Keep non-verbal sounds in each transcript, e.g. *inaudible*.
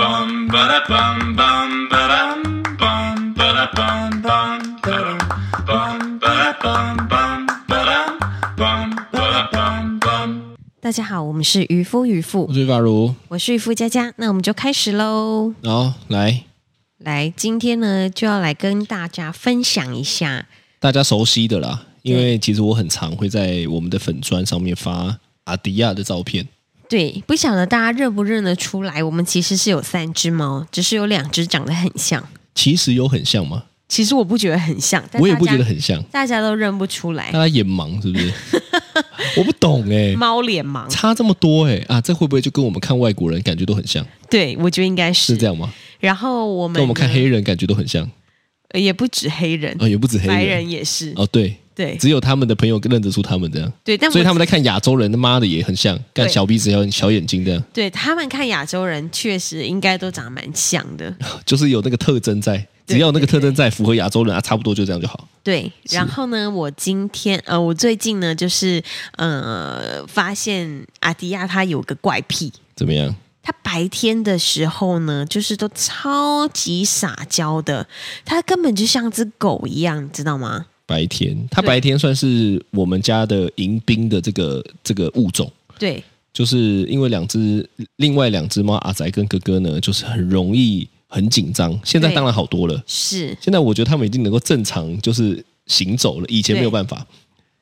bum ba da bum bum ba dum bum ba da bum bum ba dum bum ba da bum bum ba dum bum ba da bum bum. 大家好，我们是渔夫渔妇我，是法如，我是渔夫佳佳，那我们就开始喽。然后来来，今天呢就要来跟大家分享一下，大家熟悉的啦，因为其实我很常会在我们的粉砖上面发阿迪亚的照片，对，不晓得大家认不认得出来，我们其实是有三只猫，只是有两只长得很像。其实有很像吗？其实我不觉得很像，但我也不大觉家得嗯很像，大家都认不出大来，家眼盲是不 *laughs* 是？我不懂哎、猫脸盲。差这么多哎、啊，这会不会就跟我们看外国人感觉都很像，对，我觉得应该是是这。样吗？然后我们跟我们看呢黑人感觉都很像啊、呃也不止黑人，也不止黑嗯白人人也是。哦，对，对只有他们的朋友认得出他们这样，对，但所以我他们在看亚洲人，他妈的也很像，干对小鼻子、小眼小眼睛这样，对他们看亚洲人确实应该都长得蛮像的。就是有那个特征在，对只要有那个特征在符合亚洲人啊，差不多就这样就好。对，然后呢，我今天呃，我最近呢，就是呃，发现阿迪亚他有个怪癖，怎么样？他白天的时候呢，就是都超级撒娇的，他根本就像只狗一样，你知道吗？白天，它对白天算是我们家的迎宾的这个这个物种，对就是因为两只另外两只猫阿仔跟哥哥呢，就是很容易很紧张。现在对当然好多了，是，现在我觉得他们已经能够正常就是行走了，以前对没有办法。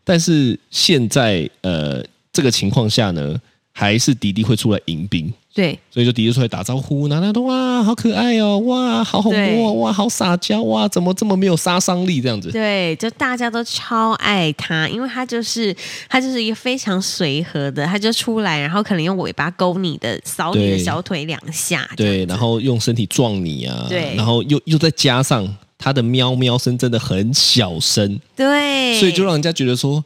但是现在呃这个情况下呢，还是迪迪会出来迎宾。对所以就迪迪出来打招呼，拿拿都哇，好可爱哦，哇，好好对摸哦，哇，好撒娇哇，怎么这么没有杀伤力这样子？对，就大家都超爱他，因为他就是他就是一个非常随和的，他就出来，然后可能用尾巴勾你的，扫你的对小腿两下，这对，样子然后用身体撞你啊，对然后又又再加上它的喵喵声真的很小声，对，所以就让人家觉得说，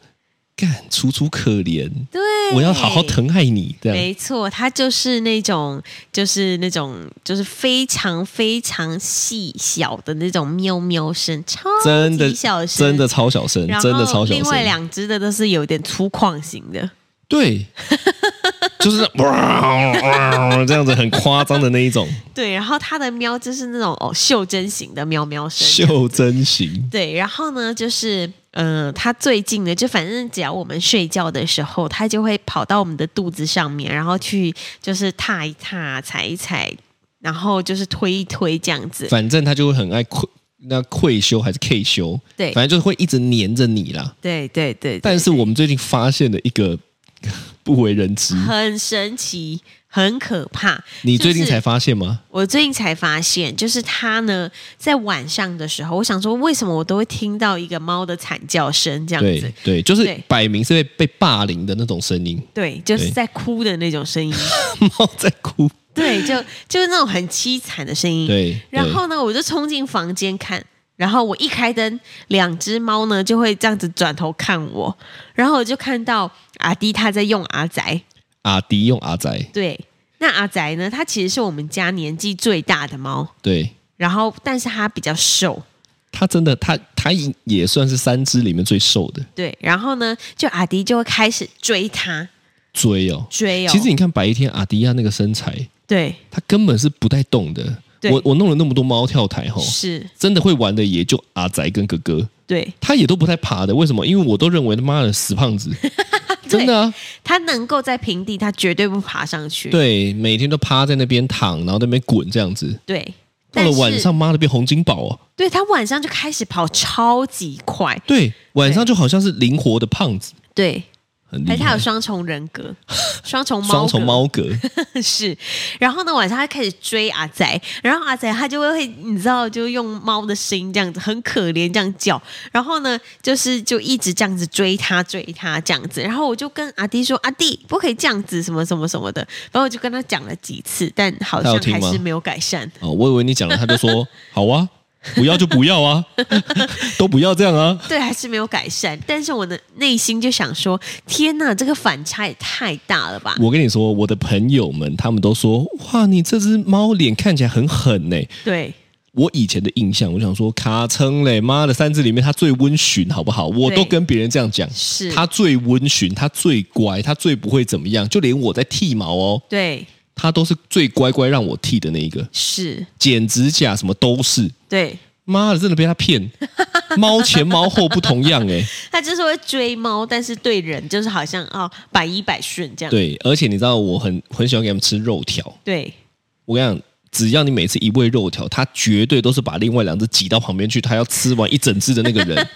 干楚楚可怜，对，我要好好疼爱你这样。没错，他就是那种，就是那种，就是非常非常细小的那种喵喵声，超真的级小声，真的。超小声，然后真的超小另外声，两只的都是有点粗犷型的，对，就是哇哇这样子很夸张的那 *laughs* 一种对。然后它的喵就是那种哦袖珍型的喵喵声，袖珍型，对，然后呢，就是呃，它最近呢，就反正只要我们睡觉的时候，它就会跑到我们的肚子上面，然后去就是踏一踏、踩一踩，然后就是推一推这样子。反正他就会很爱愧，那愧羞还是 K 羞，对反正就是会一直黏着你啦。对对对，对但是我们最近发现了一个不为人知， *laughs* 很神奇，很可怕。你最近就是才发现吗？我最近才发现，就是它呢，在晚上的时候，我想说，为什么我都会听到一个猫的惨叫声这样子对？对，就是对摆明是被被霸凌的那种声 *laughs* 音，对，就是对在哭的那种声 *laughs* 音，猫在哭。对，就就是那种很凄惨的声音。对，嗯然后呢，我就冲进房间看，然后我一开灯，两只猫呢就会这样子转头看我，然后我就看到阿迪他在用阿宅，对阿迪用阿仔，对，那阿宅呢，它其实是我们家年纪最大的猫，对然后但是它比较瘦，他真的，他他也算是三只里面最瘦的对，然后呢，就阿迪就会开始追它，追哦。追哦，其实你看白天阿迪亚那个身材，对他根本是不带动的。对我我弄了那么多猫跳台吼，是，真的会玩的也就阿仔跟哥哥，对，他也都不太爬的。为什么？因为我都认为他妈的死 *laughs* 胖子，真的啊，它能够在平地，它绝对不爬上去，对，每天都趴在那边躺，然后在那边滚这样子。对。到但了是晚上，妈的变洪金宝哦，对它晚上就开始跑超级快，对，晚上就好像是灵活的胖子，对，很还厉是它有害，双重人格，双重猫，双重猫格， *laughs* 是，然后呢，晚上他开始追阿仔，然后阿仔他就会会，你知道，就用猫的声音这样子，很可怜这样叫，然后呢，就是就一直这样子追他追他这样子，然后我就跟阿弟说，阿弟不可以这样子，什么什么什么的，然后我就跟他讲了几次，但好他像有听还是吗没有改善。哦，我以为你讲了，他就 *laughs* 说好啊，不要就不要啊， *laughs* 都不要这样啊。对，还是没有改善。但是我的内心就想说，天哪，这个反差也太大了吧？我跟你说，我的朋友们他们都说，哇，你这只猫脸看起来很狠呢、对，我以前的印象，我想说，卡称嘞，妈的，三只里面它最温驯，好不好？我对都跟别人这样讲，是，它最温驯，它最乖，它最不会怎么样，就连我在剃毛哦，对，他都是最乖乖让我剃的那一个，是剪指甲什么都是。对，妈的，真的被他骗，猫前猫后不同样哎、他就是会追猫，但是对人就是好像哦百依百顺这样。对，而且你知道我很很喜欢给他们吃肉条，对我跟你讲，只要你每次一喂肉条，他绝对都是把另外两只挤到旁边去，他要吃完一整只的那个人，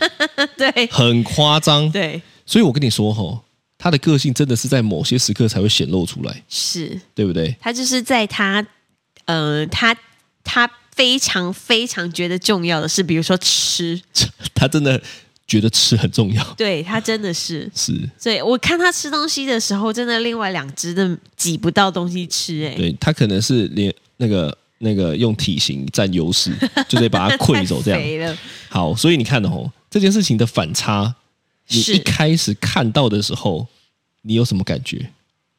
对很夸张。对，所以我跟你说吼，他的个性真的是在某些时刻才会显露出来，是对不对？他就是在他呃他他非常非常觉得重要的是，比如说吃，他真的觉得吃很重要，对他真的是。是所以我看他吃东西的时候，真的另外两只的挤不到东西吃、哎，对他可能是连那个那个用体型占优势，就 *laughs* 得把他困走这太肥样。了，好，所以你看哦，这件事情的反差，你是一开始看到的时候，你有什么感觉？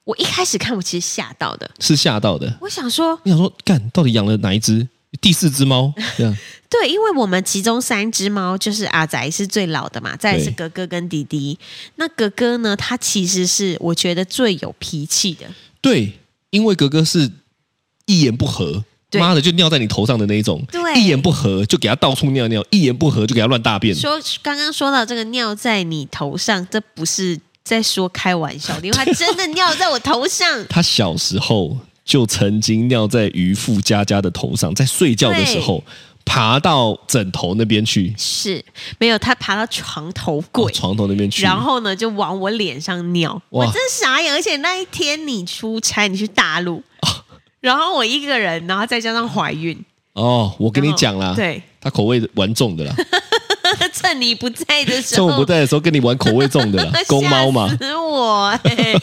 我一开始看我其实吓到的，是吓到的。我想说，你想说，干到底养了哪一只？第四只猫 *laughs* 这样，对，因为我们其中三只猫就是阿仔是最老的嘛，再来是对哥哥跟弟弟。那哥哥呢，他其实是我觉得最有脾气的，对，因为格格是一言不合，对妈的就尿在你头上的那一种，对一言不合就给他到处尿尿，一言不合就给他乱大便，说刚刚说到这个尿在你头上，这不是在说开玩笑的，因为他真的尿在我头 *laughs*。上他小时候就曾经尿在渔夫佳佳的头上，在睡觉的时候爬到枕头那边去，是没有，他爬到床头哦柜，床头那边去，然后呢就往我脸上尿，我哇真傻眼。而且那一天你出差，你去大陆，然后我一个人，然后再加上怀孕，哦，我跟你讲啦，对，他口味玩重 *laughs* 的啦，趁你不在的时趁候，，我不在的时候跟你玩口味重的啦 *laughs* *laughs* 公猫嘛吓，死我、哎 *laughs*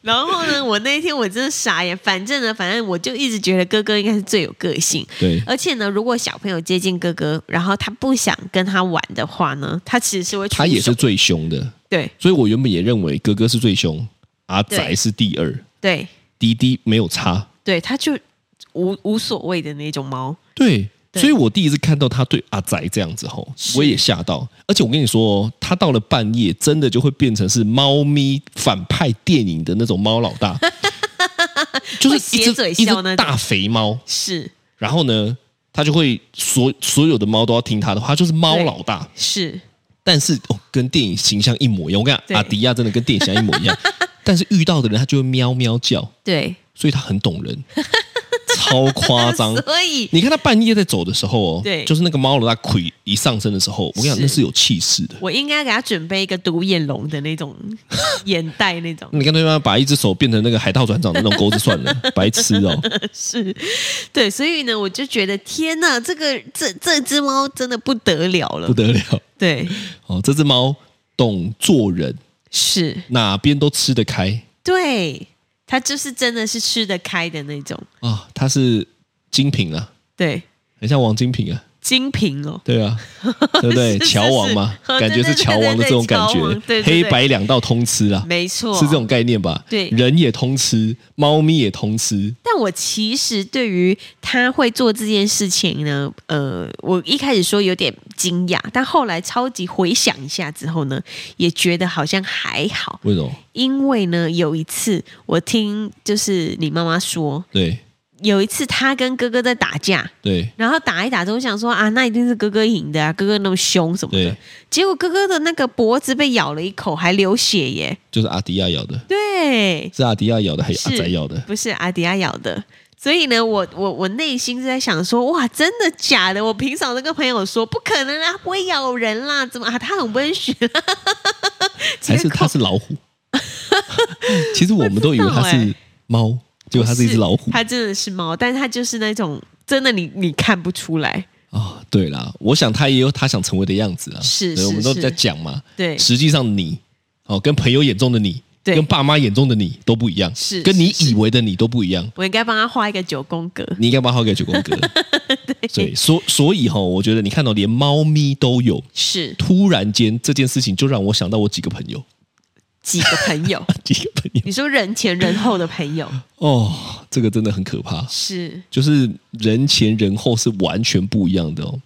然后呢，我那一天我真的傻眼。反正呢，反正我就一直觉得哥哥应该是最有个性。对，而且呢，如果小朋友接近哥哥，然后他不想跟他玩的话呢，他其实是会出手他也是最凶的。对所以我原本也认为哥哥是最凶，阿仔对是第二，对滴滴没有差。对，他就无无所谓的那种猫。对，对所以我第一次看到他对阿仔这样子吼，是我也吓到。而且我跟你说、哦，他到了半夜，真的就会变成是猫咪反派电影的那种猫老 *laughs* 大，就是一会斜只嘴一笑那种只大肥猫。是然后呢，他就会所所有的猫都要听他的话，他就是猫对老大。是，但是哦，跟电影形象一模一样。我跟你对讲，阿迪亚真的跟电影形象一模 *laughs* 一样。但是遇到的人，他就会喵喵叫。对，所以他很 *laughs* 懂人，超夸张。所以你看他半夜在走的时候哦，对就是那个猫老大腿一上身的时候，我跟你讲，是那是有气势的。我应该给他准备一个独眼龙的那种眼袋那种。你看对方把一只手变成那个海盗船长的那种钩子算 *laughs* 了，白痴哦！是，对，所以呢，我就觉得天呐，这个这这只猫真的不得了了不，得了对，哦！这只猫懂做人，是，哪边都吃得开对，它就是真的是吃得开的那种，啊、它是精品啊，对，很像王精品啊，精品哦，*laughs* 对啊，对不对？是是哦乔王嘛，是感觉是乔王的这种感觉对对对对乔王，对对对黑白两道通吃啊，没错，是这种。概念吧？对人也通吃，猫咪也通吃，但我其实对于他会做这件事情呢，呃，我一开始说有点惊讶，但后来超级回想一下之后呢，也觉得好像还好，为什么？因为呢，有一次我听就是你妈妈说，对有一次他跟哥哥在打架，对然后打一打之后想说啊，那一定是哥哥赢的啊，哥哥那么凶什么的对，，结果哥哥的那个脖子被咬了一口，还流血耶。就是阿迪亚咬的，对，是阿迪亚咬的，还是是阿仔咬的？不是阿迪亚咬的。所以呢，我我我内心是在想说，哇，真的假的？我平常都跟朋友说，不可能啊，不会咬人啦，怎么啊？他很温驯啊，还是结果它是老虎？ *laughs* 其实我们都以为它不知道是猫，结果它是一只老虎啊、他真的是猫，但是他就是那种真的你你看不出来，哦对啦，我想它也有它想成为的样子啊。是对是我们都是在讲嘛。对实际上你哦，跟朋友眼中的你，对跟爸妈眼中的你都不一样，是跟你是是以为的你都不一样。我应该帮他画一个九宫格。你应该把它好给九宫 *laughs* 格。对，所所以哈、我觉得你看到、连猫咪都有。是突然间这件事情就让我想到我几个朋友，几个朋友？几个朋友你说人前人后的朋友哦，这个真的很可怕，是就是人前人后是完全不一样的哦。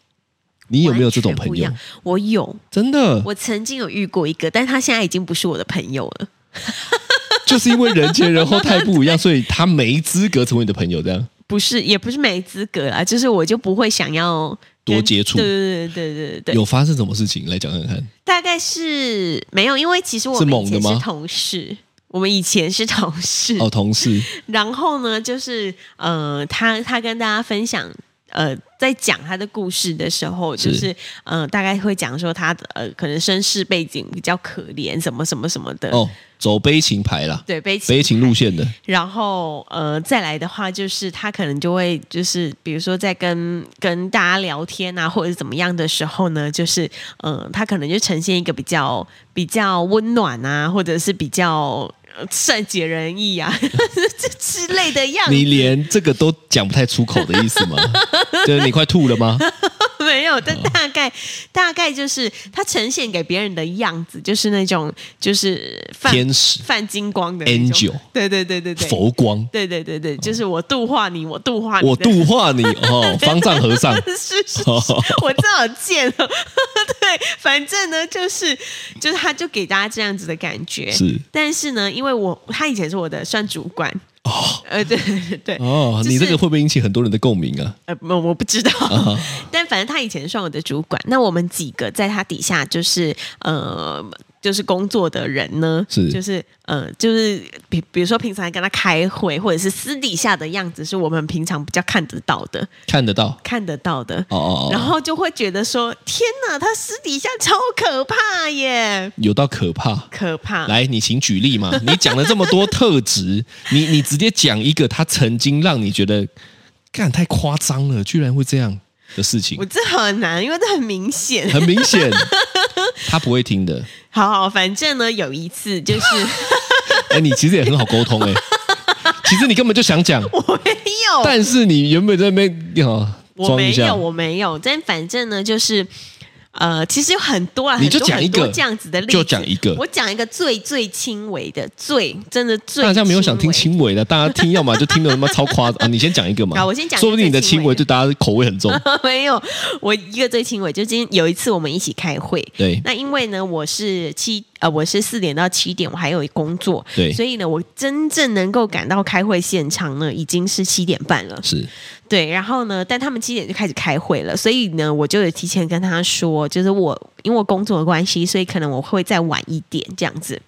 你有没有这种完全不朋一友样？我有，真的，我曾经有遇过一个，但他现在已经不是我的朋友了。 *laughs* 就是因为人前人后太不一 *laughs* 样，所以他没资格成为你的朋友。这样，不是，也不是没资格啦，就是我就不会想要跟多接触对对对对对对对，有发生什么事情来讲讲看？大概是没有，因为其实我是们猛以的前吗是同事，我们以前是同事，哦，同事，然后呢，就是呃，他他跟大家分享。呃，在讲他的故事的时候，就是是呃，大概会讲说他的呃，可能身世背景比较可怜，什么什么什么的。 *laughs* 哦，走悲情牌啦，对，悲情悲情 *laughs* 路线的，然后呃，再来的话就是他可能就会就是比如说在跟跟大家聊天啊，或者怎么样的时候呢，就是呃，他可能就呈现一个比较比较温暖啊，或者是比较。呃善解人意啊， *laughs* 这之类的样你子连这个都讲不太出口的意思吗？就是你快吐 *laughs* 了吗？ *laughs* 没哦有，但大概、大概就是他呈现给别人的样子，就是那种就是泛天使泛金光的那种 Angel 对对对对对，佛光，对对对对，就是我度化你，我度化你，我度化你哦，方丈和尚是是是，哦 *laughs* 我真的好贱哦。 *laughs* 对，反正呢，就是就是，他就给大家这样子的感觉。是但是呢，因为我他以前是我的算主管，哦呃，对对对，哦， *laughs* 就是你这个会不会引起很多人的共鸣啊？呃，我我不知道，啊但反正他以前算我的主管。那我们几个在他底下就是呃。就是工作的人呢，是就是呃，就是比比如说平常跟他开会，或者是私底下的样子，是我们平常比较看得到的，看得到看得到的。哦哦然哦，后就会觉得说：“天哪，他私底下超可怕耶，有到可怕。可怕！”来，你请举例嘛？ *laughs* 你讲了这么多特质，你你直接讲一个他曾经让你觉得干太夸张了，居然会这样的事情我，这很难，因为这很明显。 *laughs* 很明显他不会听的。好好，反正呢，有一次就是 *laughs* 哎，你其实也很好沟 *laughs* 通哎、其实你根本就想讲，我没有，但是你原本在那边哦我装一没下有，，我没有。但反正呢，就是呃，其实有很多啊，你就很多讲一个很多这样子的例子，就讲一个我讲一个最最轻微的，最真的最大家没有想听轻微。轻微的，大家听要么就听 *laughs* 的他妈超夸张啊！你先讲一个嘛，好我先讲一个说不定你的最轻轻微微的对大家口味很重。 *laughs* 没有，我一个最轻微，就今天有一次我们一起开会，对，那因为呢，我是七呃，我是四点到七点，我还有工作，对所以呢，我真正能够赶到开会现场呢，已经是七点半了。是对，然后呢，但他们七点就开始开会了，所以呢，我就有提前跟他说，就是我因为我工作的关系，所以可能我会再晚一点这样子。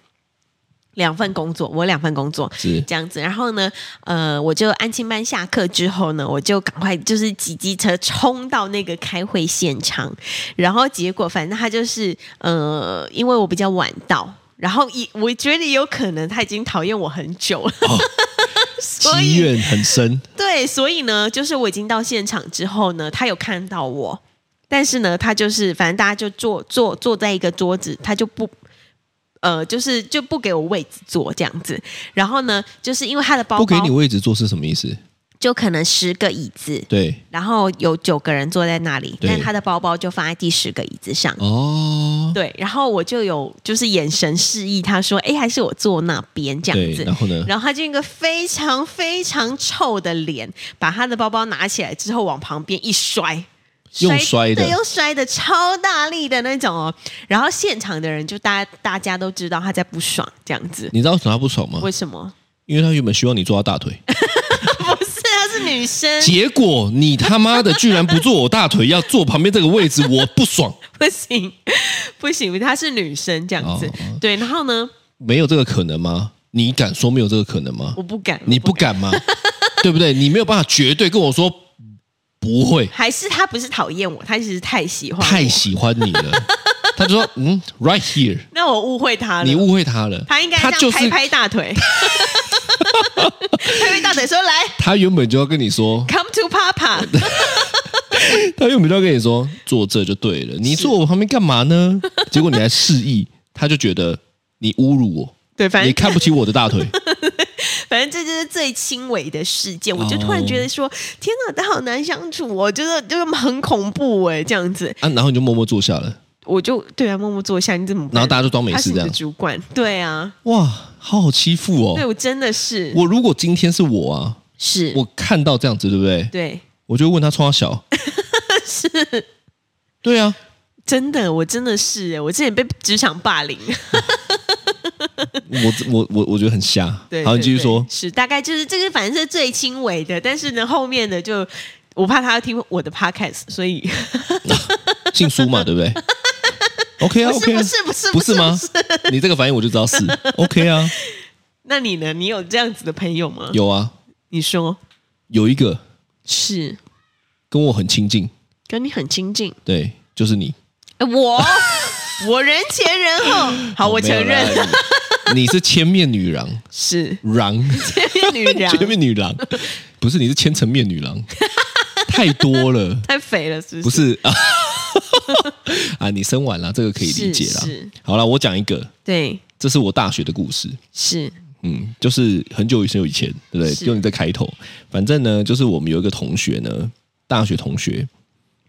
两份工作，我有两份工作，是这样子。然后呢，呃，我就安亲班下课之后呢，我就赶快就是挤机车冲到那个开会现场，然后结果反正他就是呃，因为我比较晚到。然后也，我觉得有可能他已经讨厌我很久了， *laughs* 所积以怨很深，对，所以呢，就是我已经到现场之后呢，他有看到我，但是呢，他就是反正大家就坐坐坐在一个桌子，他就不呃，就是就不给我位置坐这样子。然后呢，就是因为他的包包不给你位置坐是什么意思？就可能十个椅子，对，然后有九个人坐在那里，对但他的包包就放在第十个椅子上。哦，对，然后我就有就是眼神示意他说：“哎，还是我坐那边这样对，子。”然后呢？然后他就用一个非常非常臭的脸，把他的包包拿起来之后往旁边一摔，用摔的对，用摔的超大力的那种哦。然后现场的人就大大家都知道他在不爽这样子，你知道为什么他不爽吗为？什么？ *laughs* 因为他原本希望你坐他大腿， *laughs* 不是，她是女生，结果你他妈的居然不坐我大腿，要坐旁边这个位置，我 *laughs* 不爽，不行，不行，她是女生这样子。哦哦对，然后呢，没有这个可能吗？你敢说没有这个可能吗我？不敢，你我不不敢 *laughs* 吗？对不对？你没有办法绝对跟我说不会，还是他不是讨厌我，他其实太喜欢我太喜欢你了。他就说：“嗯，right here，那我误会他了，你误会他了。他应该他这就样拍是拍大 *laughs* 腿，拍拍大腿说来。他原本就要跟你说， Come to Papa， *laughs* 他原本就要跟你说坐这就对了。你坐我旁边干 *laughs* 嘛呢？结果你还示意，他就觉得你侮辱我，对，反你正看不起我的大 *laughs* 腿。反正这就是最轻微的事件，我哦就突然觉得说，天哪，他好难相处哦，就是就是很恐怖哎，这样子，啊，然后你就默默坐下了，我就对啊，默默坐下，你怎么办？然后大家就装没他是事你这的样。主管，对啊，哇，好好欺负对哦！我真的是，我如果今天是我啊，是，我看到这样子，对不对？对，我就会问他冲他小， *laughs* 是，对啊，欸 *laughs* 真的，我真的是哎，我之前被职场霸凌，我我我我觉得很瞎。对，好，对你继续说对。是大概就是这个，反正是最轻微的，但是呢，后面的就我怕他要听我的 podcast，所 *laughs* 以姓苏嘛，*laughs* 对不对？OK 啊不是，OK 啊不，是不是不是吗不是？你这个反应我就知道是 OK 啊，那你呢？你有这样子的朋友吗？有啊，你说有一个是跟我很亲近，跟你很亲近，对，就是你。哎 *laughs* 我我人前人后，好，我哦没有承认啦，你你是千面 *laughs* 女郎， *laughs* 是郎，前面女千人面女郎，不是你是千层面女 *laughs* 郎，太多了，太肥了，是不不是？是啊？ *laughs* 啊，你生完了，这个可以理解是啦是。好了，我讲一个，对，这是我大学的故事。是嗯，就是很久以前，以前对不对？是就你在开头，反正呢，就是我们有一个同学呢，大学同学，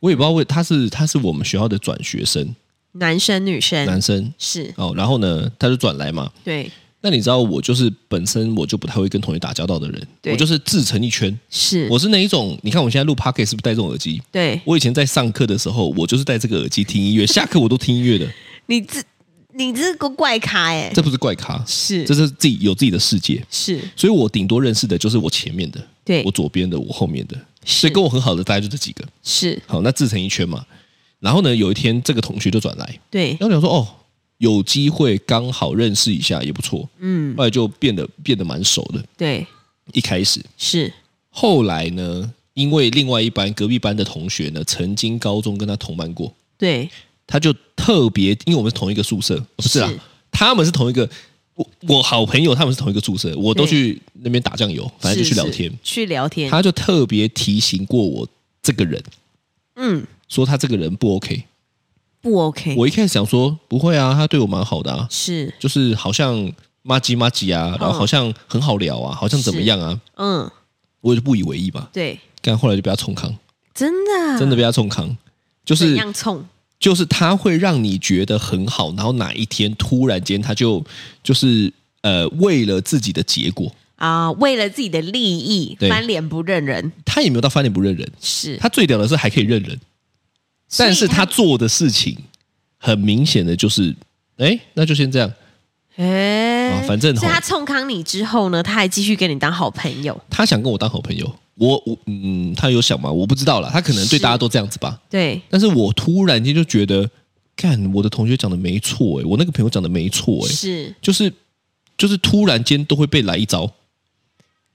我也不知道为他是他是我们学校的转学生，男生女生男生是哦，然后呢，他就转来嘛。对那你知道我就是本身我就不太会跟同学打交道的人，对我就是自成一圈。是我是那一种，你看我现在录 p o c k e t 是不是戴这种耳机？对，我以前在上课的时候，我就是戴这个耳机听 *laughs* 音乐，下课我都听音乐的，你这你这个怪咖哎、这不是怪咖，是这是自己有自己的世界。是所以我顶多认识的就是我前面的，对我左边的，我后面的，是所以跟我很好的大概就这几个。是，好，那自成一圈嘛。然后呢，有一天这个同学就转来，对然后想说哦，有机会刚好认识一下也不错，嗯，后来就变得变得蛮熟的。对一开始，是后来呢，因为另外一班隔壁班的同学呢，曾经高中跟他同班过，对他就特别，因为我们是同一个宿舍，不是啦啊是，他们是同一个。我我好朋友他们是同一个宿舍，我都对去那边打酱油，反正就是去聊是天。去聊天，他就特别提醒过我这个人，嗯说他这个人不 OK。不 OK，我一开始想说不会啊，他对我蛮好的啊，是就是好像妈吉妈吉啊，然后好像很好聊啊，好像怎么样啊，嗯我就不以为意嘛。对，但后来就被他冲康，真的啊真的被他冲康，就怎是样冲就是他会让你觉得很好，然后哪一天突然间他就就是呃为了自己的结果，啊、为了自己的利益对翻脸不认人他也没有到翻脸不认人，是，他最屌的是还可以认人。所以但是他做的事情很明显的就是，哎，那就先这样。哎、啊反正吼所以他冲康你之后呢，他还继续跟你当好朋友，他想跟我当好朋友，我我嗯，他有想吗？我不知道啦，他可能是对大家都这样子吧。对但是我突然间就觉得，干，我的同学讲的没错，哎，我那个朋友讲的没错，哎，是就是就是突然间都会被来一招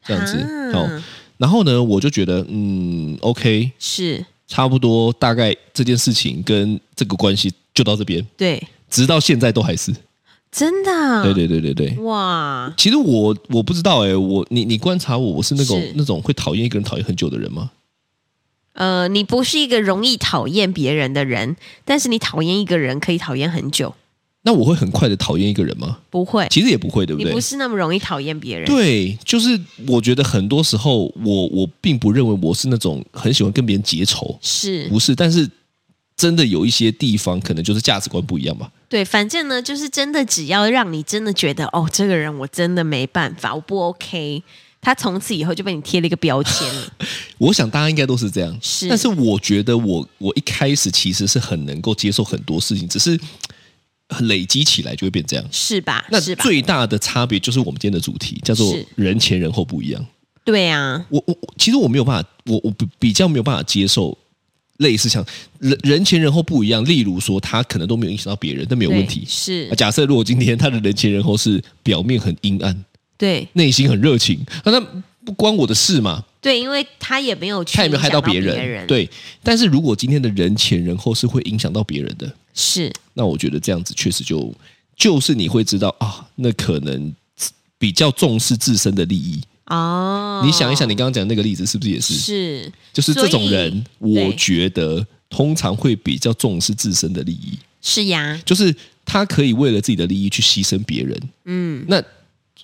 这样子啊哦。然后呢，我就觉得，嗯，OK，是差不多，大概这件事情跟这个关系就到这边，对，直到现在都还是。真的啊对对对对对，哇其实我我不知道哎、我你你观察我，我是那种是那种会讨厌一个人讨厌很久的人吗？呃，你不是一个容易讨厌别人的人，但是你讨厌一个人可以讨厌很久，那我会很快的讨厌一个人吗？不会，其实也不会，对不你对？不是那么容易讨厌别人，对，就是我觉得很多时候我我并不认为我是那种很喜欢跟别人结仇，是不是，但是真的有一些地方可能就是价值观不一样吧。对，反正呢，就是真的，只要让你真的觉得哦，这个人我真的没办法，我不 OK，他从此以后就被你贴了一个标签 *laughs* 了。我想大家应该都是这样，是但是我觉得我我一开始其实是很能够接受很多事情，只是呃累积起来就会变这样。是吧？那是吧？最大的差别就是我们今天的主题叫做是“人前人后不一样对啊”，我。我我其实我没有办法，我我比比较没有办法接受类似像人人前人后不一样。例如说，他可能都没有影响到别人，那没有对问题。啊是，假设如果今天他的人前人后是表面很阴暗，对内心很热情，啊那那不关我的事嘛，对，因为他也没有去他也没有害影响到别人，对，但是如果今天的人前人后是会影响到别人的，是那我觉得这样子确实就就是你会知道啊，那可能比较重视自身的利益。哦。你想一想，你刚刚讲那个例子是不是也是？是就是这种人，所以对我觉得通常会比较重视自身的利益，是呀，就是他可以为了自己的利益去牺牲别人。嗯，那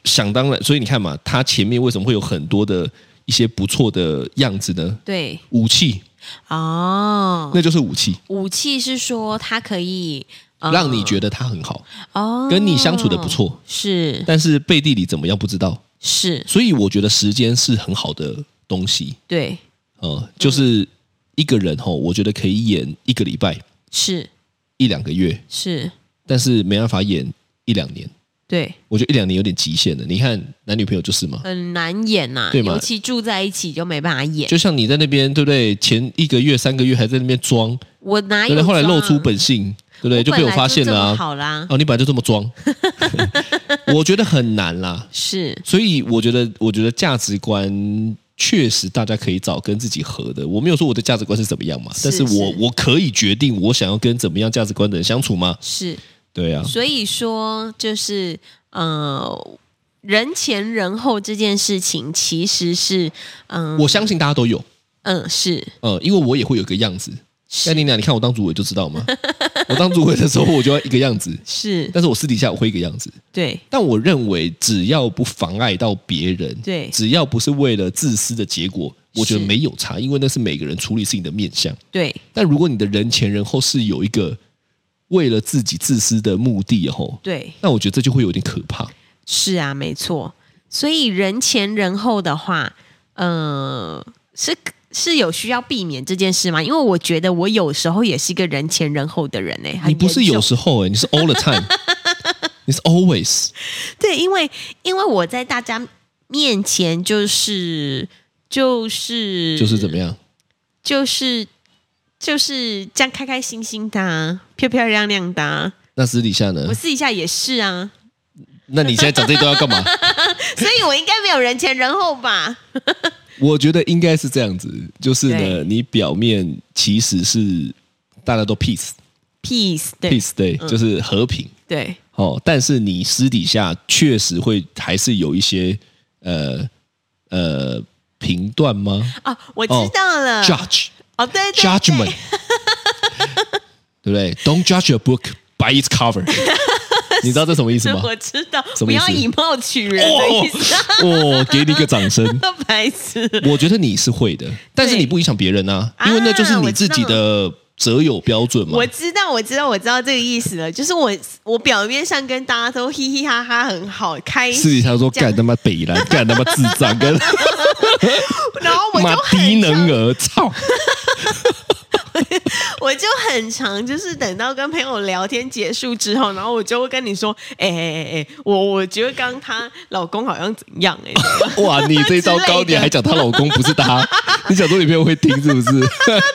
想当然，所以你看嘛，他前面为什么会有很多的一些不错的样子呢？对武器，哦。那就是武器，武器是说他可以、呃让你觉得他很好，哦跟你相处的不，错，是但是背地里怎么样不知道。是，所以我觉得时间是很好的东西，对呃，就是一个人吼，我觉得可以演一个礼拜、是一两个月，是但是没办法演一两年。对，我觉得一两年有点极限了。你看男女朋友就是嘛，很难演呐、对嘛尤其住在一起就没办法演。就像你在那边对不对？前一个月、三个月还在那边装，我哪对不有装对？啊？后来露出本性，对不对？就被我发现了本来就这么啊！好啦，哦，你本来就这么装， *laughs* 我觉得很难啦。是所以我觉得，我觉得价值观确实大家可以找跟自己合的。我没有说我的价值观是怎么样嘛，是但是我是我可以决定我想要跟怎么样价值观的人相处吗？是，对啊，所以说就是呃，人前人后这件事情其实是嗯我相信大家都有，嗯是呃，因为我也会有一个样子。是但你俩，你看我当主委就知道嘛， *laughs* 我当主委的时候我就要一个样子，是，但是我私底下我会一个样子。对但我认为，只要不妨碍到别人，对只要不是为了自私的结果，我觉得是没有差，因为那是每个人处理事情的面向。对但如果你的人前人后是有一个为了自己自私的目的吼，对那我觉得这就会有点可怕。是啊，没错。所以人前人后的话，呃，是是有需要避免这件事吗？因为我觉得我有时候也是一个人前人后的人哎、很你不是严有重时候哎、你是 all the time，你是 always。对，因为因为我在大家面前就是就是就是怎么样？就是就是这样开开心心的、啊，漂漂亮亮的、啊。那私底下呢我？私底下也是啊，那你现在讲这一段 *laughs* 要干嘛？所以我应该没有人前人后吧？我觉得应该是这样子，就是呢，对你表面其实是大家都 peace Peace，对嗯 peace day，、就是和平对哦，但是你私底下确实会还是有一些呃呃评断吗、哦，我知道了。 j u d g e 哦，对对 judgment，对不对？Don't judge a book by *laughs* its cover，你知道这什么意思对，吗？我知道，什不么意思要以貌取人的意思，哦，嗯给你一个掌声。白 *laughs* 痴。我觉得你是会的，但是你不影响别人啊，啊因为那就是你自己的择友标准嘛我。知道，我知道，我知道这个意思了。就是我，我表面上跟大家都嘻嘻哈哈，很好开私心，底下说这样干他妈 *laughs* 北兰，干他妈智障，跟然后我就妈很低能常儿，操！我就很常就是等到跟朋友聊天结束之后，然后我就会跟你说，哎哎哎哎，我我觉得刚她老公好像怎样哎、 *laughs* 哇，你这一招高，之类的你还讲她老公不是她，你讲说女朋友会听是 *laughs* 不是？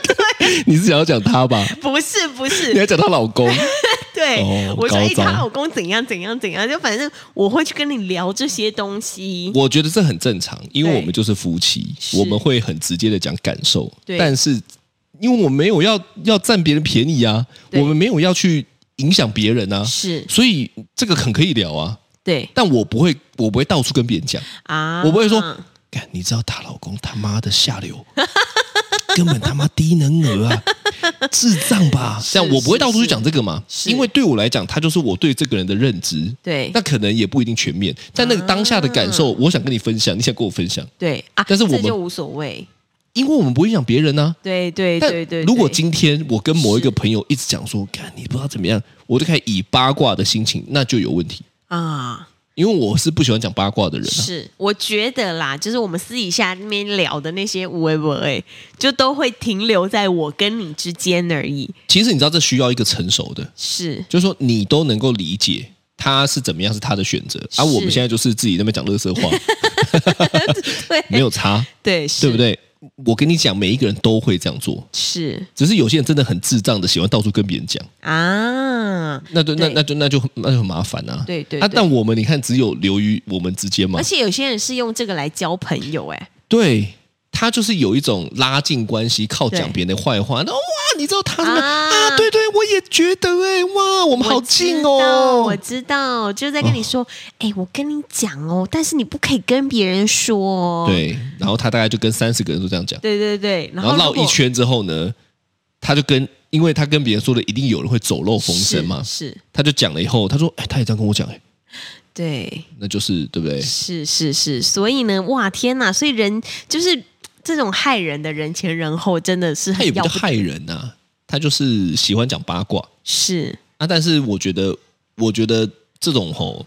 *laughs* 你是想要讲她吧？不是不你 *laughs* 是，还讲她老公？对，哦我说高哎，她招老公怎样怎样怎样，就反正我会去跟你聊这些东西，我觉得这很正常，因为对我们就是夫妻，是我们会很直接的讲感受。对但是因为我们没有要要占别人便宜啊，对我们没有要去影响别人啊，是所以这个很可以聊啊。对但我不会，我不会到处跟别人讲，啊，我不会说，干、你知道她老公他妈的下流， *laughs* 根本他妈低能儿啊，智障吧？这样我不会到处去讲这个嘛，是因为对我来讲，他就是我对这个人的认知。对啊那可能也不一定全面，但那个当下的感受，我想跟你分享，你想跟我分享，对啊，但是我这们就无所谓，因为我们不会影响别人呢、啊。对对但对对，如果对今天我跟某一个是朋友一直讲说，看你不知道怎么样，我就开始以八卦的心情，那就有问题，啊。因为我是不喜欢讲八卦的人、啊。是，我觉得啦，就是我们私底下那边聊的那些无为不为，就都会停留在我跟你之间而已。其实你知道，这需要一个成熟的，是，就是说你都能够理解他是怎么样，是他的选择，而、啊、是我们现在就是自己在那边讲乐色 *laughs* 话，对，没有差， *laughs* 对，是对不？对？我跟你讲，每一个人都会这样做，是只是有些人真的很智障的，喜欢到处跟别人讲。啊，那就那对那就那就那就很麻烦啊。对对啊，对但我们你看，只有流于我们之间嘛而。且有些人是用这个来交朋友、哎，对，他就是有一种拉近关系，靠对讲别人的坏话。那哇，你知道他怎么啊啊？对对，我也觉得哎、哇，我们好我知近道哦我。知道，就在跟你说，哎、我跟你讲哦，但是你不可以跟别人说哦。对，然后他大概就跟三十个人都这样讲，对对对，然然后后绕如果一圈之后呢，他就跟因为他跟别人说的，一定有人会走漏风声嘛。是，是他就讲了以后，他说：“哎，他也这样跟我讲，哎，对。那就是对不对？是是是，所以呢，哇天哪！所以人就是这种害人的人前人后，真的是他也很不要叫不得害人呐、他就是喜欢讲八卦。是啊，但是我觉得，我觉得这种吼，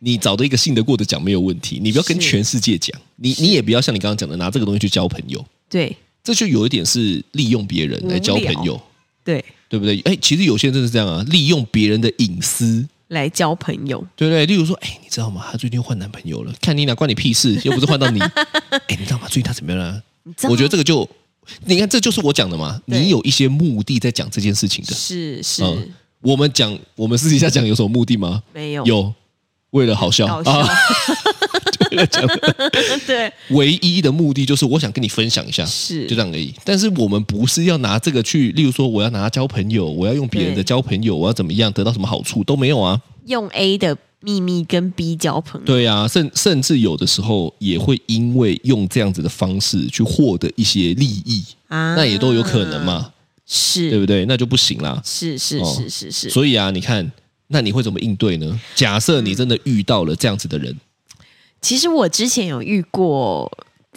你找到一个信得过的讲没有问题，你不要跟是全世界讲，你你也不要像你刚刚讲的拿这个东西去交朋友，对这就有一点是利用别人来交朋无友，对对不对？哎，其实有些人真的是这样啊，利用别人的隐私来交朋友。对不对？例如说，哎，你知道吗？她最近换男朋友了，看你哪关你屁事？又不是 *laughs* 换到你。哎，你知道吗？最近她怎么样了？知道我觉得这个就，你看，这就是我讲的嘛。对你有一些目的在讲这件事情的。是是、嗯，我们讲，我们私底下讲有什么目的吗？没有有，为了好笑搞 *laughs* 笑，啊。 *laughs* 对，唯一的目的就是我想跟你分享一下，是就这样而已。但是我们不是要拿这个去，例如说我要拿它交朋友，我要用别人的对交朋友，我要怎么样得到什么好处都没有啊。用 A 的秘密跟 B 交朋友，对啊，甚甚至有的时候也会因为用这样子的方式去获得一些利益，啊那也都有可能嘛，是对不对？那就不行啦。是是哦是是是，所以啊，你看，那你会怎么应对呢？假设你真的遇到了这样子的人，嗯其实我之前有遇过，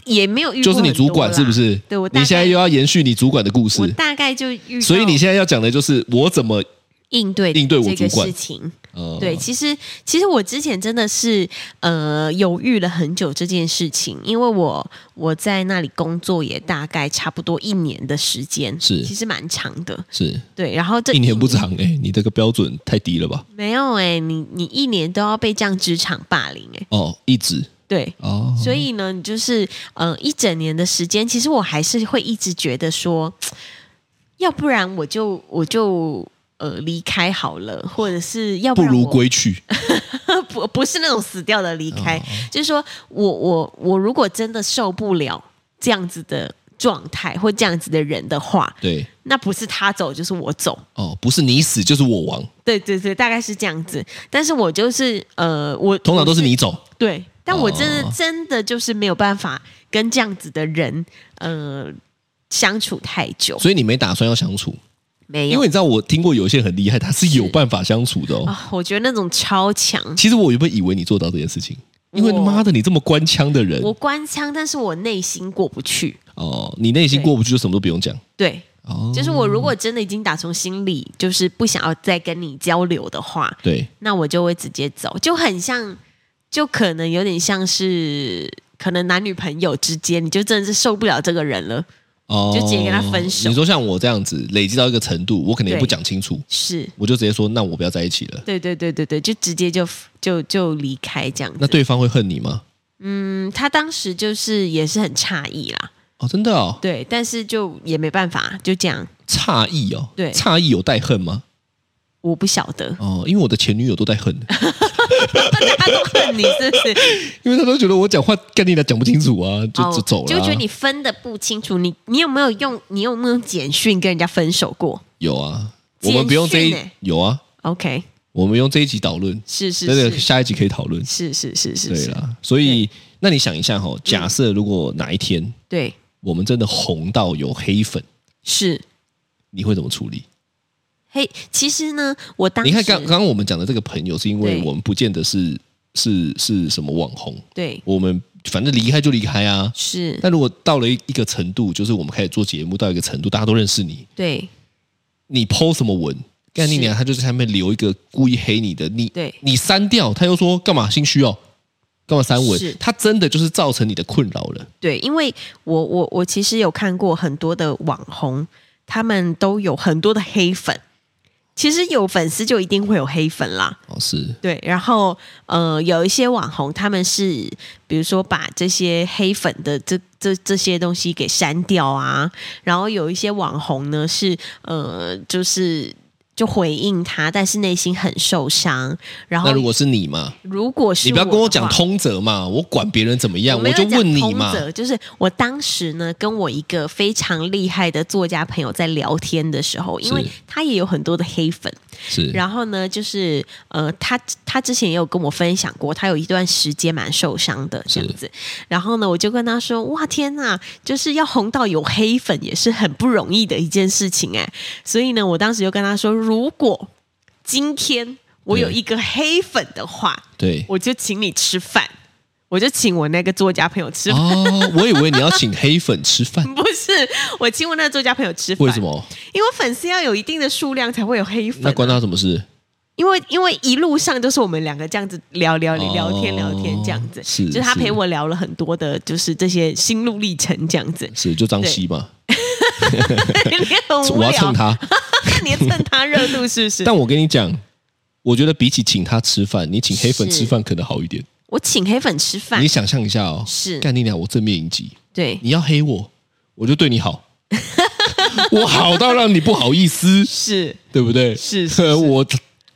也没有遇过就很多是啦，你主管是不是？对我大概你现在又要延续你主管的故我事，大概就遇到，所以你现在要讲的就是我怎么应对应对我这个主管事情，呃对，其实其实我之前真的是呃犹豫了很久这件事情，因为我我在那里工作也大概差不多一年的时间，是其实蛮长的，是对。然后这一年不长哎、你这个标准太低了吧？没有哎、你你一年都要被这样职场霸凌哎、哦，一直对。哦，所以呢，你就是呃一整年的时间，其实我还是会一直觉得说，要不然我就我就呃离开好了，或者是要不然如我归去，不不是那种死掉的离开，哦就是说我我我如果真的受不了这样子的状态或这样子的人的话，对那不是他走就是我走，哦，不是你死就是我亡，对对对，大概是这样子。但是我就是呃，我通常都是我你走。对，但我真的、哦真的就是没有办法跟这样子的人呃相处太久，所以你没打算要相处，没因有为你知道我听过有一些很厉害，他是有办法相处的哦。啊、我觉得那种超强，其实我原本以为你做到这件事情，因为我妈的你这么官腔的人我官腔，但是我内心过不去，哦，你内心对过不去就什么都不用讲对。哦，就是我如果真的已经打从心里就是不想要再跟你交流的话，对那我就会直接走，就很像，就可能有点像是可能男女朋友之间，你就真的是受不了这个人了，哦，就直接跟他分手你说像我这样子累积到一个程度，我可能也对不讲清楚，是我就直接说那我不要在一起了。对对对对对，就直接就就就离开这样子。那对方会恨你吗？嗯，他当时就是也是很诧异啦，哦，真的哦，对，但是就也没办法，就这样，诧异哦，对诧异有带恨吗？我不晓 *laughs* 得哦，因为我的前女友都带恨， *laughs* 他都恨你是不是？因为她都觉得我讲话概念她讲不清楚啊，就哦就走了啊、就觉得你分的不清楚，你你有没有用你有没有用简讯跟人家分手过有啊，我简们不用这一讯欸有啊， ？OK，我们用这一集讨论，是是真的是下一集可以讨论。是是是是对是，嗯啦，所以那你想一下哈、哦，假设如果哪一天对我们真的红到有黑粉，是。你会怎么处理？嘿，其实呢，我当时你看刚刚刚我们讲的这个朋友，是因为对我们不见得是是是什么网红，对我们反正离开就离开啊。是，但如果到了一一个程度，就是我们开始做节目到一个程度，大家都认识你，对你 PO 什么文，干你是娘，他就在下面留一个故意黑你的，你对你删掉，他又说干嘛心虚哦，干嘛删是文，他真的就是造成你的困扰了。对，因为我我我其实有看过很多的网红，他们都有很多的黑粉。其实有粉丝就一定会有黑粉啦，哦，是对。然后呃，有一些网红他们是，比如说把这些黑粉的这这这些东西给删掉啊，然后有一些网红呢是呃，就是就回应他，但是内心很受伤。然后那如果是你嘛，如果是你不要我跟我的讲话通则嘛，我管别人怎么样，我没我有就讲问你通嘛。则，就是我当时呢，跟我一个非常厉害的作家朋友在聊天的时候，因为是他也有很多的黑粉，是然后呢，就是呃，他他之前也有跟我分享过，他有一段时间蛮受伤的这样子。然后呢，我就跟他说：“哇，天呐，就是要红到有黑粉也是很不容易的一件事情哎。”所以呢，我当时就跟他说：“如果今天我有对一个黑粉的话，对。我就请你吃饭，我就请我那个作家朋友吃饭。哦，我以为你要请黑粉吃饭， *laughs* 不是，我请我那个作家朋友吃饭。为什？么？因为粉啊丝要有一定的数量才会有黑粉啊、那关他什么事？因为因为一路上就是我们两个这样子聊聊聊聊天哦聊天这样子，是就是他是。陪我聊了很多的，就是这些心路历程这样子 *laughs* *laughs* 是就张希嘛，你很无我要聊蹭，他。 *laughs* 你要蹭他热度是不是？但我跟你讲，我觉得比起请他吃饭，你请黑粉是吃饭可能好一点。我请黑粉吃饭你，想象一下哦，是干你俩我正面迎击，对，你要黑我，我就对你好， *laughs* 我好到让你不好意思，是对不对？是 *laughs* 是是我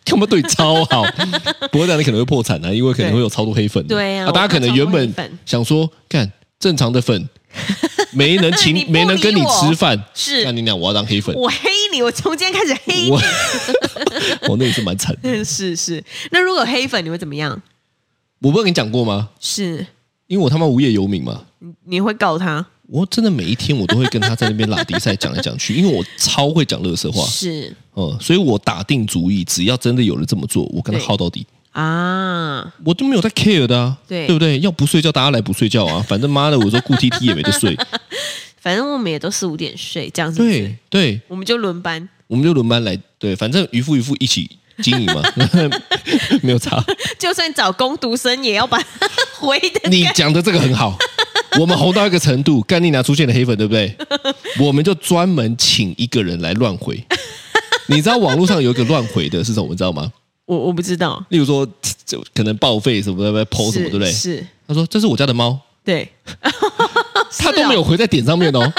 他妈对你超好， *laughs* 不过这样你可能会破产啊，因为可能会有超多黑粉的。对啊大家可能原我看超多黑本粉想说，干正常的粉没能 *laughs* 你请不理没能跟你吃饭，是干你俩我要当黑粉，我黑你，我从今天开始黑我 *laughs* 我那也是蛮惨的。你， *laughs* 是是。那如果有黑粉你会怎么样？我不是跟你讲过吗？是因为我他妈无业游民嘛，你会告他？我真的每一天我都会跟他在那边拉迪赛讲来讲 *laughs* 去，因为我超会讲乐色话，是嗯，所以我打定主意，只要真的有人这么做，我跟对他耗到底，啊，我都没有在 care 的啊，对不对？要不睡觉，大家来不睡觉啊，反正妈的，我说顾 T T 也没得睡，反正我们也都四五点睡，这样子，对对，我们就轮班。 *laughs* 我们就轮班来，对，反正渔夫渔夫一起经营嘛， *laughs* 没有差。就算找工读生，也要把它 *laughs* 回的。 *laughs* 你讲的这个 *laughs* 很好。我们红到一个程度，干你娘出现了黑粉，对不对？我们就专门请一个人来乱回。你知道网络上有一个乱回的是什么？你知道吗？我我不知道，例如说，就可能报废什么的，抛是什么，对不对？是，他说这是我家的猫，对，啊他都没有回在点上面 *laughs* 哦。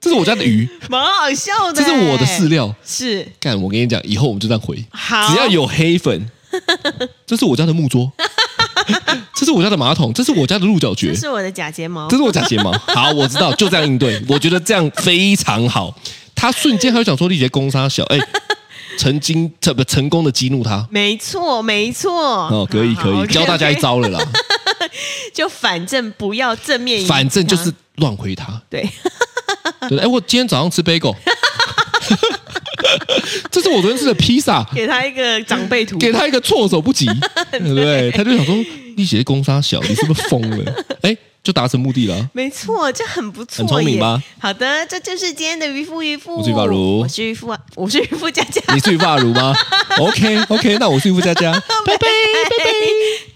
这是我家的鱼，蛮好笑的这欸。是我的饲料。是干，我跟你讲，以后我们就这样回，好只要有 *laughs* 黑粉，这是我家的木桌，这是我家的马桶，这是我家的鹿角蕨这，是我的假睫毛这，是我假睫毛。好，我知道，就这样应对，我觉得这样非常好。他瞬间还会想说力杰攻杀小，哎、曾经成不成功的激怒他。没错，没错。哦，可以好可以，教大家一，好招了啦。 ，OK，OK 就反正不要正面迎击他，反正就是乱回他。对，对，哎，我今天早上吃 bagel，这是我昨天吃的披萨，给他一个长辈图，给他一个措手不及，对不对？他就想说，力杰攻杀小，你是不是疯了？哎，就达成目的了啊。没错，这很不错，很聪明吧？好的，这就是今天的渔夫渔夫，我是渔发如我是渔夫啊，我是渔夫佳佳，你是玉发如吗？OK OK，那我是玉夫佳佳，拜拜拜。拜。